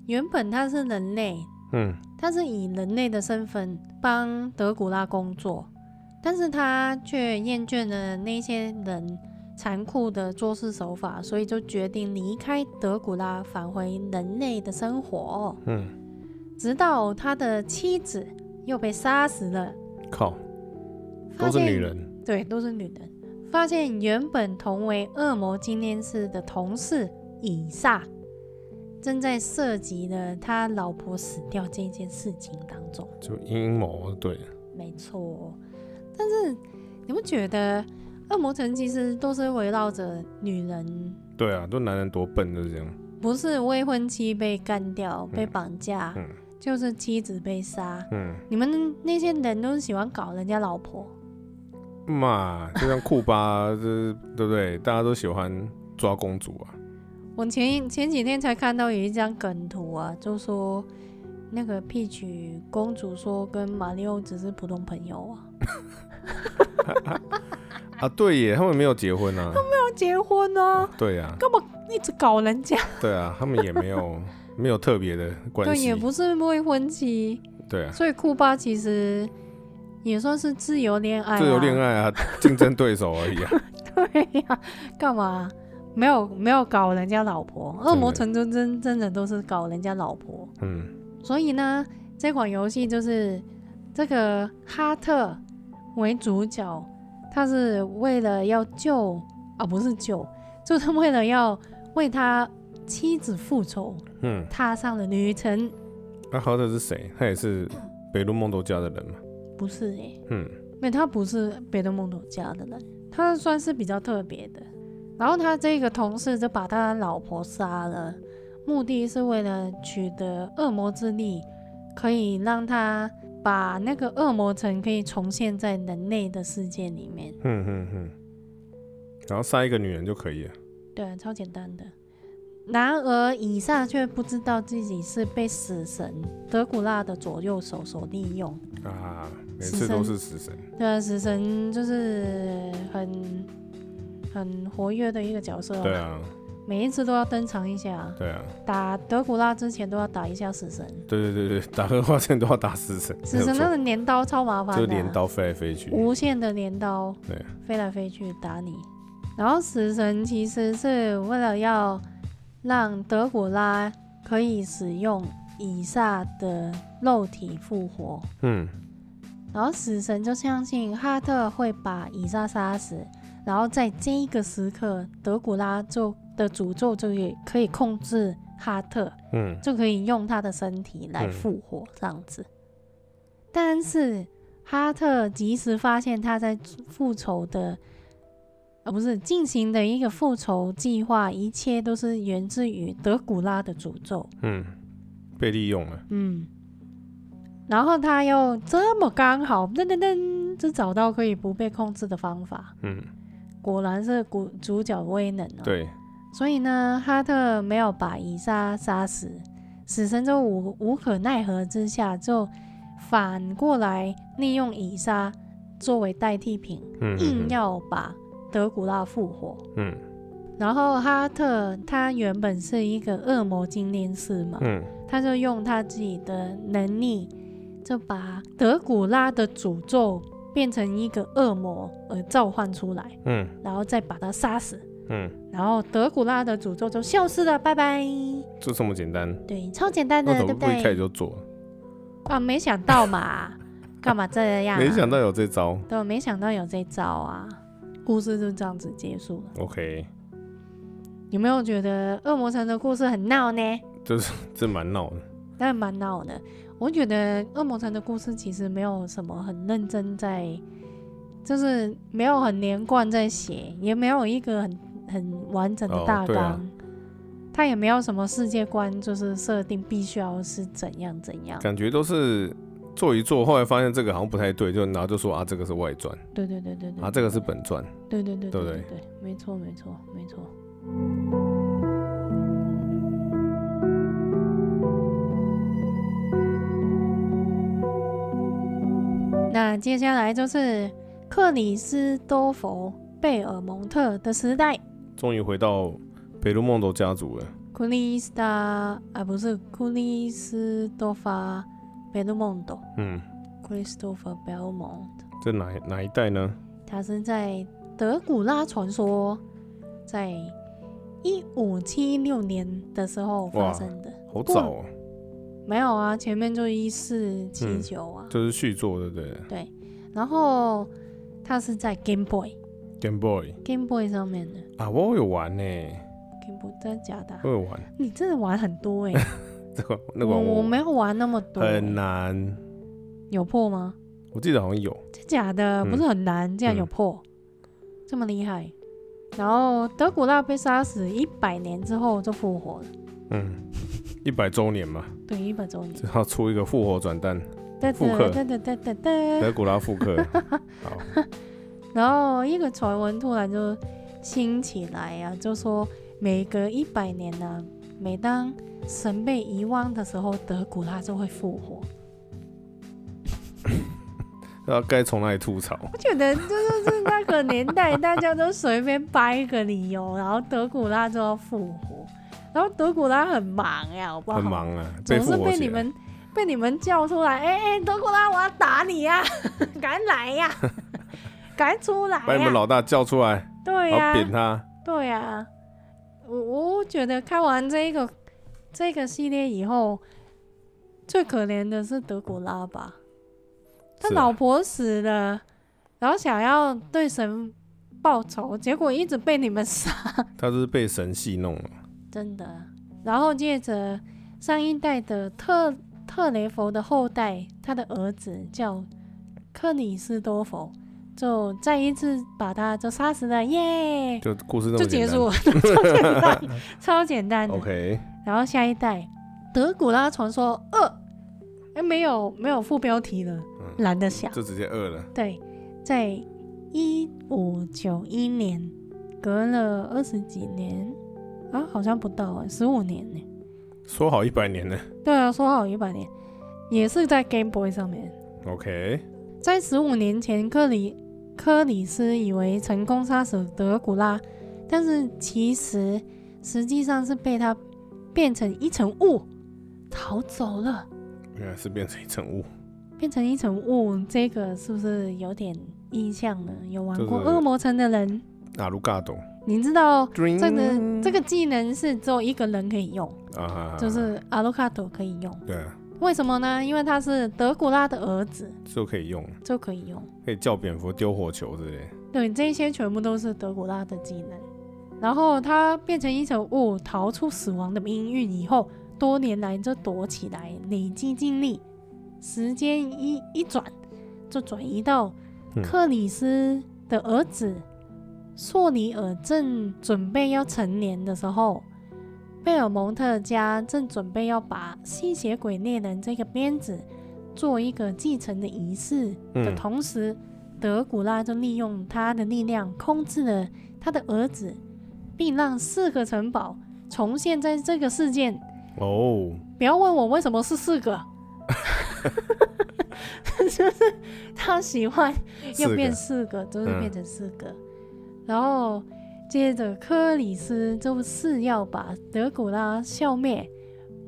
原本他是人类，
嗯，
他是以人类的身份帮德古拉工作，但是他却厌倦了那些人残酷的做事手法，所以就决定离开德古拉，返回人类的生活。
嗯，
直到他的妻子又被杀死了，
靠，
发
都是
现
女人，
对，都是女人。发现原本同为恶魔纪念室的同事以撒，正在涉及了他老婆死掉这件事情当中。
就阴谋对了，
没错，但是你不觉得恶魔城其实都是围绕着女人，
对啊，就男人多笨就是这样，
不是未婚妻被干掉、被绑架，
嗯
就是妻子被杀。
嗯，
你们那些人都是喜欢搞人家老婆，嗯
嘛，就像库巴， (laughs) 这对不对？大家都喜欢抓公主啊，
我前一前几天才看到有一张梗图啊，就说那个 Peach 公主说跟马里奥只是普通朋友啊，
啊，对耶，他们没有结婚啊，
要结婚啊，
对呀、
干嘛一直搞人家？
啊，对啊，他们也没有没有特别的关
对，
系
也，不是未婚妻，
对啊，
所以库巴其实也算是自由恋爱、啊，
自由恋爱啊，竞争对手而已啊， (laughs)
爱， (laughs) 对呀、干嘛？没有没有搞人家老婆，恶魔城中真真的都是搞人家老婆，
嗯，
所以呢，这款游戏就是这个哈特为主角，他是为了要救啊，不是救，就是为了要为他妻子复仇，
嗯，
踏上了旅程。
那何特是谁？他也是北路梦多家的人嘛，
不是诶、
嗯，
没他不是别的梦斗家的人，他算是比较特别的。然后他这个同事就把他老婆杀了，目的是为了取得恶魔之力，可以让他把那个恶魔城可以重现在人类的世界里面。
嗯嗯嗯，然后杀一个女人就可以了，
对，超简单的。然而，以撒却不知道自己是被死神德古拉的左右手所利用。
啊，每
死
次
神
都是死神，
对啊，死神就是很很活跃的一个角色、
对，啊，
每一次都要登场一下，
对啊，
打德古拉之前都要打一下死神。
对对对对， (laughs) 打荷花阵都要打死神，
死神那
没有错
个镰刀超麻烦
就
的，啊
镰刀飞来飞去，
无限的镰刀，
对，
飞来飞去打你。然后死神其实是为了要让德古拉可以使用以撒的肉体复活，
嗯，
然后死神就相信哈特会把以撒杀死，然后在这一个时刻，德古拉就的诅咒就也可以控制哈特，
嗯，
就可以用他的身体来
嗯
复活这样子。但是哈特及时发现他在复仇的，呃，不是进行的一个复仇计划，一切都是源自于德古拉的诅咒。
嗯，被利用了，
嗯，然后他又这么刚好，噔噔噔，就找到可以不被控制的方法。
嗯，
果然是主主角威能啊！，
对，
所以呢，哈特没有把伊莎杀死，死神就无无可奈何之下，就反过来利用伊莎作为代替品，
嗯，
硬
嗯
要把德古拉复活。
嗯
然后哈特他原本是一个恶魔精炼师嘛，
嗯，
他就用他自己的能力，就把德古拉的诅咒变成一个恶魔而召唤出来，
嗯
然后再把他杀死，
嗯，
然后德古拉的诅咒就消失了，拜拜。
就这么简单，
对，超简单的
那，怎
对
么
不
不一开始
对？
就做？
啊，没想到嘛， (laughs) 干嘛这样、啊？
没想到，有这招
对，没想到有这招啊。故事就这样子结束了。
，OK，
有没有觉得恶魔城的故事很闹呢？
这蛮闹的，
当然蛮闹的。我觉得《恶魔城》的故事其实没有什么很认真在，就是没有很连贯在写，也没有一个很很完整的
哦
大
对
纲。
啊
它也没有什么世界观，就是设定必须要是怎样怎样。
感觉都是做一做，后来发现这个好像不太对，就然后就说啊，这个是外传，
对对对对对，
啊，这个是本传，
对对对
对不
对
对
对，没错没错没错。那接下来就是克里斯多佛·贝尔蒙特的时代
终于回到北路梦斗家族了，
库里斯达啊，不是库里斯多法·贝鲁蒙多，
嗯，
库里斯多法·贝尔蒙特。
这哪哪一代呢？
他是在德古拉传说，在一五七六年的时候发生的。
好早哦，
没有啊，前面就一四七九啊。
嗯就是续作，对不对？
然后它是在 Game Boy
Game Boy
Game Boy 上面的
啊，我有玩呢、
Game Boy，真的假的啊、
我有玩 (laughs)
你真的玩很多哎、
这个那
我
个哦 (laughs) 玩
我没有玩那么多，
很难，
有破吗？
我记得好像有，
真假的
嗯
不是很难，竟然有
嗯
破，这么厉害。然后德古拉被杀死一百年之后就复活了，
嗯， (laughs) 一百周年嘛，
对，一百周年。
要出一个复活
(laughs)
转蛋，
哒
复刻呃
哒哒哒哒哒哒
德古拉复
(laughs)
刻，好，
然后一个传闻突然就兴起来啊，就说每隔一百年呢、每当神被遗忘的时候，德古拉就会复活。
那该从哪里吐槽？
我觉得这就是那个年代，大家都随便掰一个理由，然后德古拉就要复活，然后德古拉很忙呀，好不好？
很，忙啊，被
总
复
是
活
被
起
你
来，
们被你们叫出来，哎、哎、德古拉，我要打你呀、 (laughs) 赶紧来
(laughs)
呀、赶紧出来
把你
呀、
们老大叫出来，
对呀、
然后扁他，
对呀、我我觉得看完这个这个系列以后，最可怜的是德古拉吧，他
是啊
老婆死了，然后想要对神报仇，结果一直被你们杀，
他就是被神戏弄了，
真的。然后接着上一代的特特雷弗的后代，他的儿子叫克里斯多佛，就再一次把他就杀死了，耶！
就故事那
就
么
结
简单
束了， (laughs) 超简单，超简单的。
，OK，
然后下一代德古拉传说二，哎，没有没有副标题了，
嗯，
懒得想。
就直接饿了，
对，在一五九一年，隔了二十几年啊，好像不到啊，十五年呢。
说好一百年呢
对啊，说好一百年，也是在 Game Boy 上面。
，OK，
在十五年前，克里科里斯以为成功杀死德古拉，但是其实实际上是被他变成一层雾逃走了，
原来是变成一层雾，
变成一层雾，这个是不是有点印象呢？有玩过
就
《
是
恶魔城》的人，
纳鲁嘎懂，
你知道这
这
个这个技能是只有一个人可以用，
嗯啊，
就是阿鲁卡朵可以用。
对啊，
为什么呢？因为他是德古拉的儿子，
就可以用，
就可以用。
可以叫蝙蝠丢火球之类，
对，这些全部都是德古拉的技能。然后他变成一层雾，逃出死亡的命运以后，多年来就躲起来，累积精力。时间一一转，就转移到
嗯
克里斯的儿子索尼尔正准备要成年的时候，贝尔蒙特家正准备要把吸血鬼猎人这个鞭子做一个继承的仪式，的
嗯，
同时，德古拉就利用他的力量控制了他的儿子，并让四个城堡重现在这个事件。
哦，
不要问我为什么是四个， (laughs) 就是他喜欢又
四
变
个
四个，就是
嗯
变成四个。然后接着科里斯就是要把德古拉消灭，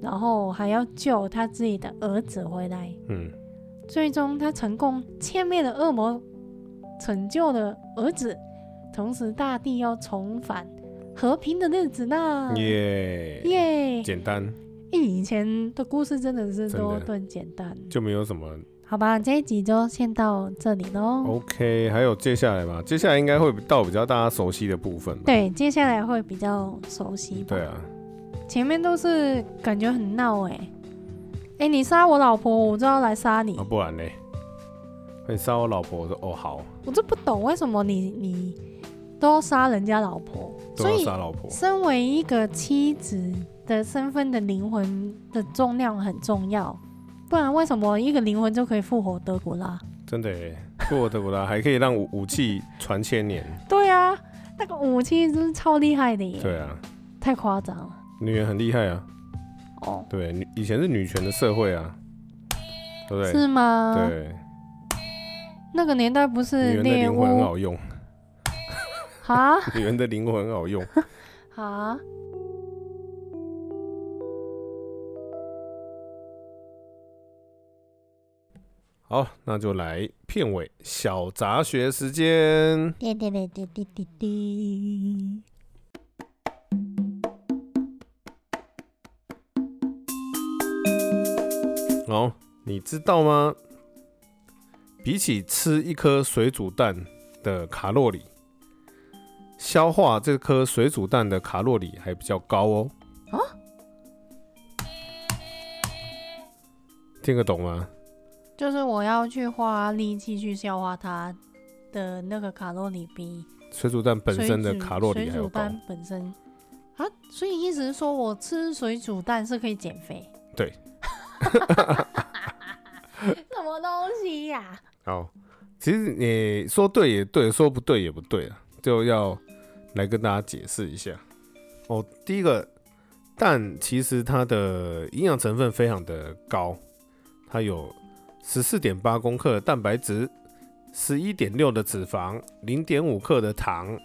然后还要救他自己的儿子回来。
嗯，
最终他成功歼灭了恶魔，拯救了儿子，同时大地要重返和平的日子啦！
耶，
嗯耶！
简单，
以前的故事真的是都
真的
都很简单，
就没有什么
好吧，这一集就先到这里
哦
喽。
OK，还有接下来嘛？接下来应该会到比较大家熟悉的部分吧。
对，接下来会比较熟悉吧。
对啊，
前面都是感觉很闹哎、哎、你杀我老婆，我就要来杀你
啊，。不然嘞，会杀我老婆，我说哦好，
我就不懂为什么你你都要杀人家老婆，
都
所
要
以
杀老婆，
身为一个妻子的身份的灵魂的重量很重要，不然为什么一个灵魂就可以复活德古拉？
真的耶，不我德古拉还可以让武武器传千年。
对啊，那个武器真是超厉害的耶，
(laughs) 对啊，
太夸张了
女人很厉害啊，
哦，
对，女以前是女权的社会啊，对不对？
是吗？
对，
那个年代不
女
是
人的
猎
灵魂很
巫
好用，
哈
女人的灵魂很好用。
(laughs) 哈。
好，那就来片尾小杂学时间。
滴滴滴滴滴滴滴。
哦，你知道吗？比起吃一颗水煮蛋，的卡路里，消化这颗水煮蛋的卡路里还比较高哦。
啊？
听得懂吗？
就是我要去花力气去消化它的那个卡路里比
水煮蛋本
水
身的
煮
卡路里还
水
要
煮
高。
蛋本身啊，所以意思是说我吃水煮蛋是可以减肥？
对。
(laughs) 什么东西呀、
好，其实你说对也对，说不对也不对啊，就要来跟大家解释一下。哦，第一个蛋其实它的营养成分非常的高，它有十四点八公克的蛋白质，十一点六的脂肪，零点五克的糖，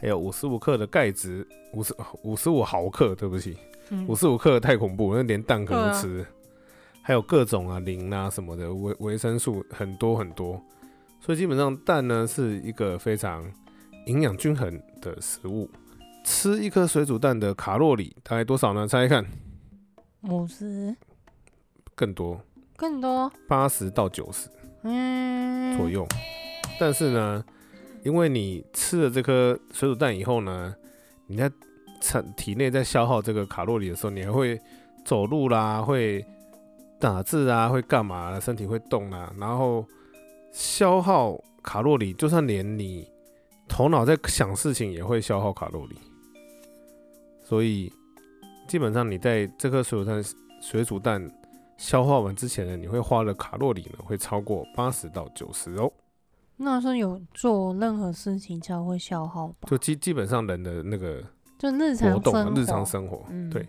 还有五十五克的钙质，五十五十五毫克，对不起，
嗯
五十五克太恐怖，那连蛋可能
对啊
吃，还有各种啊磷啊什么的维维生素很多很多，所以基本上蛋呢是一个非常营养均衡的食物。吃一颗水煮蛋的卡路里大概多少呢？猜猜看，
五十
更多，
更多，
八十到九十
嗯，
左右。但是呢，因为你吃了这颗水煮蛋以后呢，你在产体内在消耗这个卡路里的时候，你还会走路啦，会打字啊，会干嘛啦，身体会动啦，然后消耗卡路里，就算连你头脑在想事情也会消耗卡路里，所以基本上你在这颗水煮蛋水煮蛋消化完之前呢，你会花的卡路里呢会超过八十到九十哦。
那是有做任何事情才会消耗吧？
就基基本上人的那个
就日常生
活动、啊
活、，
日常生活，
嗯
对。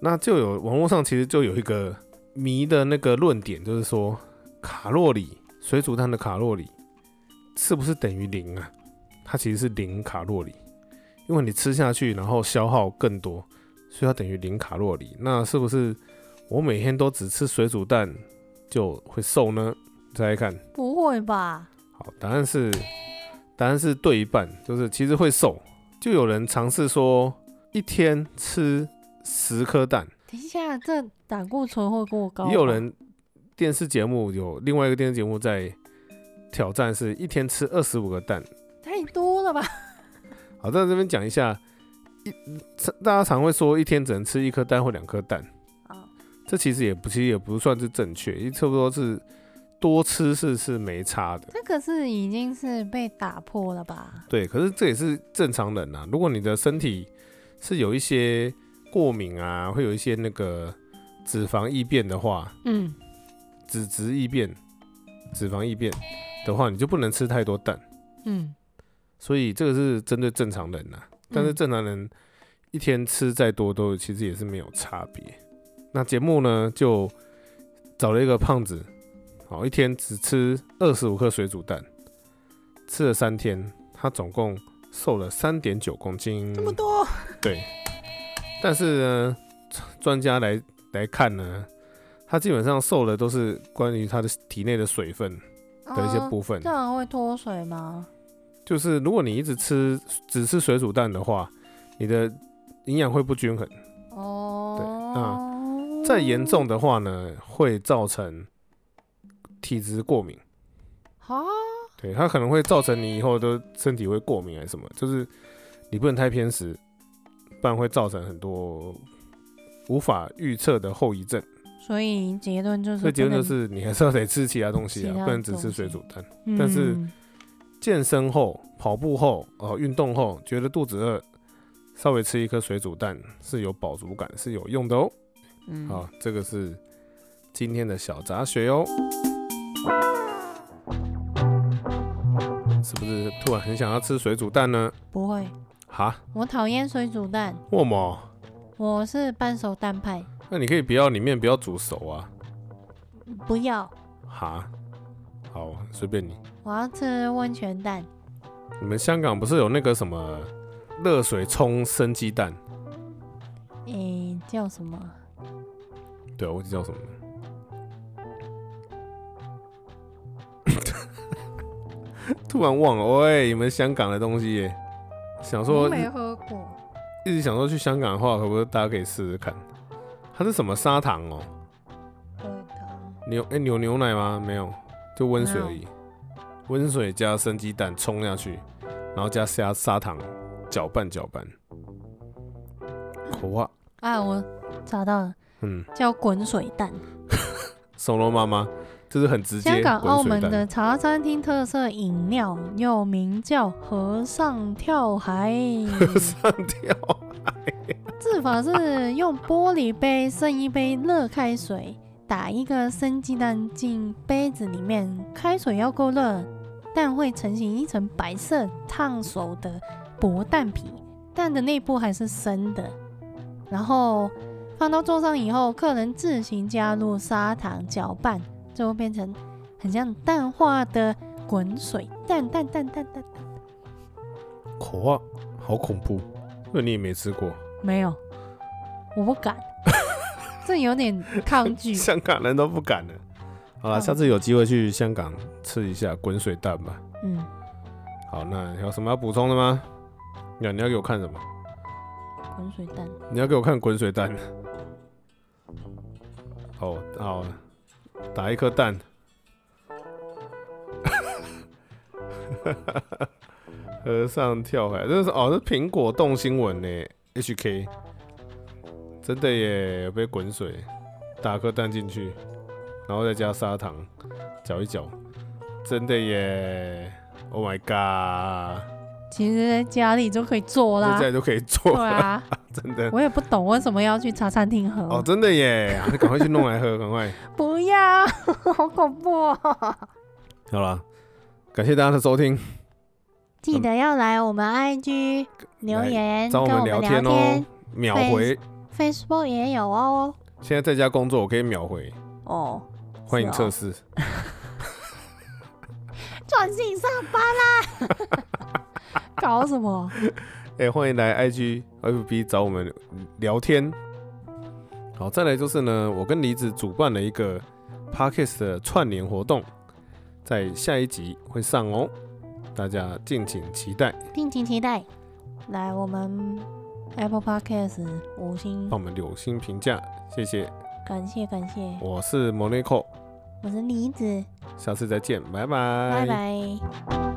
那就有网络上其实就有一个迷的那个论点，就是说卡路里，水煮蛋的卡路里是不是等于零啊？它其实是零卡路里，因为你吃下去，然后消耗更多，所以它等于零卡路里。那是不是我每天都只吃水煮蛋就会瘦呢？再来看，
不会吧？
好，答案是答案是对一半，就是其实会瘦。就有人尝试说一天吃十颗蛋，
等一下，这胆固醇会过高吧？
也有人电视节目有另外一个电视节目在挑战是一天吃二十五个蛋。
太多了吧？
好，在这边讲一下，一大家常会说一天只能吃一颗蛋或两颗蛋，
啊，
这其实也不其实也不算是正确，因为差不多是多吃是是没差的。
这个是已经是被打破了吧？
对，可是这也是正常人啊。如果你的身体是有一些过敏啊，会有一些那个脂肪异变的话，
嗯，
脂质异变、脂肪异变的话，你就不能吃太多蛋。
嗯，
所以这个是针对正常人啊，但是正常人一天吃再多都其实也是没有差别。那节目呢就找了一个胖子，好一天只吃二十五克水煮蛋，吃了三天，他总共瘦了三点九公斤
这。么多，
对，但是呢，专家来来看呢，他基本上瘦的都是关于他的体内的水分的一些
啊
部分。
这样会脱水吗？
就是如果你一直吃只吃水煮蛋的话，你的营养会不均衡。
哦，
嗯再严重的话呢，会造成体质过敏。
啊，
对，它可能会造成你以后都身体会过敏还是什么，就是你不能太偏食，不然会造成很多无法预测的后遗症。
所以结论就是不能，
所以结论就是，你还是要得吃其他东
(laughs)
西
其
啊，
他
不能只吃
东
水
西
煮蛋。但是
嗯
健身后、跑步后、哦、运动后，觉得肚子饿，稍微吃一颗水煮蛋是有饱足感，是有用的哦。
嗯，
好，这个是今天的小杂学哦。是不是突然很想要吃水煮蛋呢？
不会，
哈，
我讨厌水煮蛋，
为毛？
我是半熟蛋派，
那你可以不要里面不要煮熟啊。
不要，
哈，好，随便你。
我要吃温泉蛋。
你们香港不是有那个什么热水冲生鸡蛋？
诶、叫什么？
对，啊我忘记叫什么了。 (laughs) 突然忘了，喂，你们香港的东西耶，想说
我没喝过，
一直想说去香港的话，可不可以大家可以试试看？它是什么砂糖哦？
对的，
牛哎、你有牛奶吗？没有，就温水而已。温水加生鸡蛋冲下去，然后加砂砂糖搅拌搅拌。口啊，
啊，我找到了，
嗯，
叫滚水蛋。
手罗妈妈，这是很直接。
香港、澳门
滚水蛋
的茶餐厅特色饮料，又名叫和尚跳海。
(laughs) 上吊，
制法是用玻璃杯盛一杯热开水，打一个生鸡蛋进杯子里面，开水要够热，蛋会成型一层白色烫熟的薄蛋皮，蛋的内部还是生的。然后放到桌上以后，客人自行加入砂糖搅拌，最后变成很像蛋化的滚水蛋蛋蛋蛋蛋。蛋
口啊，好恐怖。那你也没吃过？
没有，我不敢， (laughs) 这有点抗拒。
香港人都不敢了。好了，
好
下次有机会去香港吃一下滚水蛋吧。
嗯。
好，那有什么要补充的吗？呀，你要给我看什么？
滚水蛋，
你要给我看滚水蛋。哦，好，打一颗蛋。 (laughs) 和尚跳海，这是哦，这是苹果动新闻呢，HK，真的耶，有杯滚水，打颗蛋进去，然后再加砂糖，搅一搅，真的耶，Oh my god，
其实在家里就可以做
现
啦。
在就可以做
对
了，
啊，
真的。
我也不懂为什么要去茶餐厅喝。
哦，真的耶！啊赶快去弄来喝， (laughs) 赶快。
不要，好恐怖、哦！
好啦，感谢大家的收听，
(laughs) 记得要来我们 IG 留言
找
跟
我们聊天哦，秒回。
f a c e b o o k 也有哦。
现在在家工作，我可以秒回，
哦，
欢迎测
是啊
试。
哦转性上班啦， (laughs) 搞什么？
哎、欢迎来 IG、FB 找我们聊天。好，再来就是呢，我跟梨子主办了一个 Parkes 的串联活动，在下一集会上哦，大家敬请期待，
敬请期待。来，我们 Apple Podcast 五星
帮我，们留心评价，谢谢。
感谢感谢。
我是 Monaco，
我是梨子，
下次再见，拜
拜拜。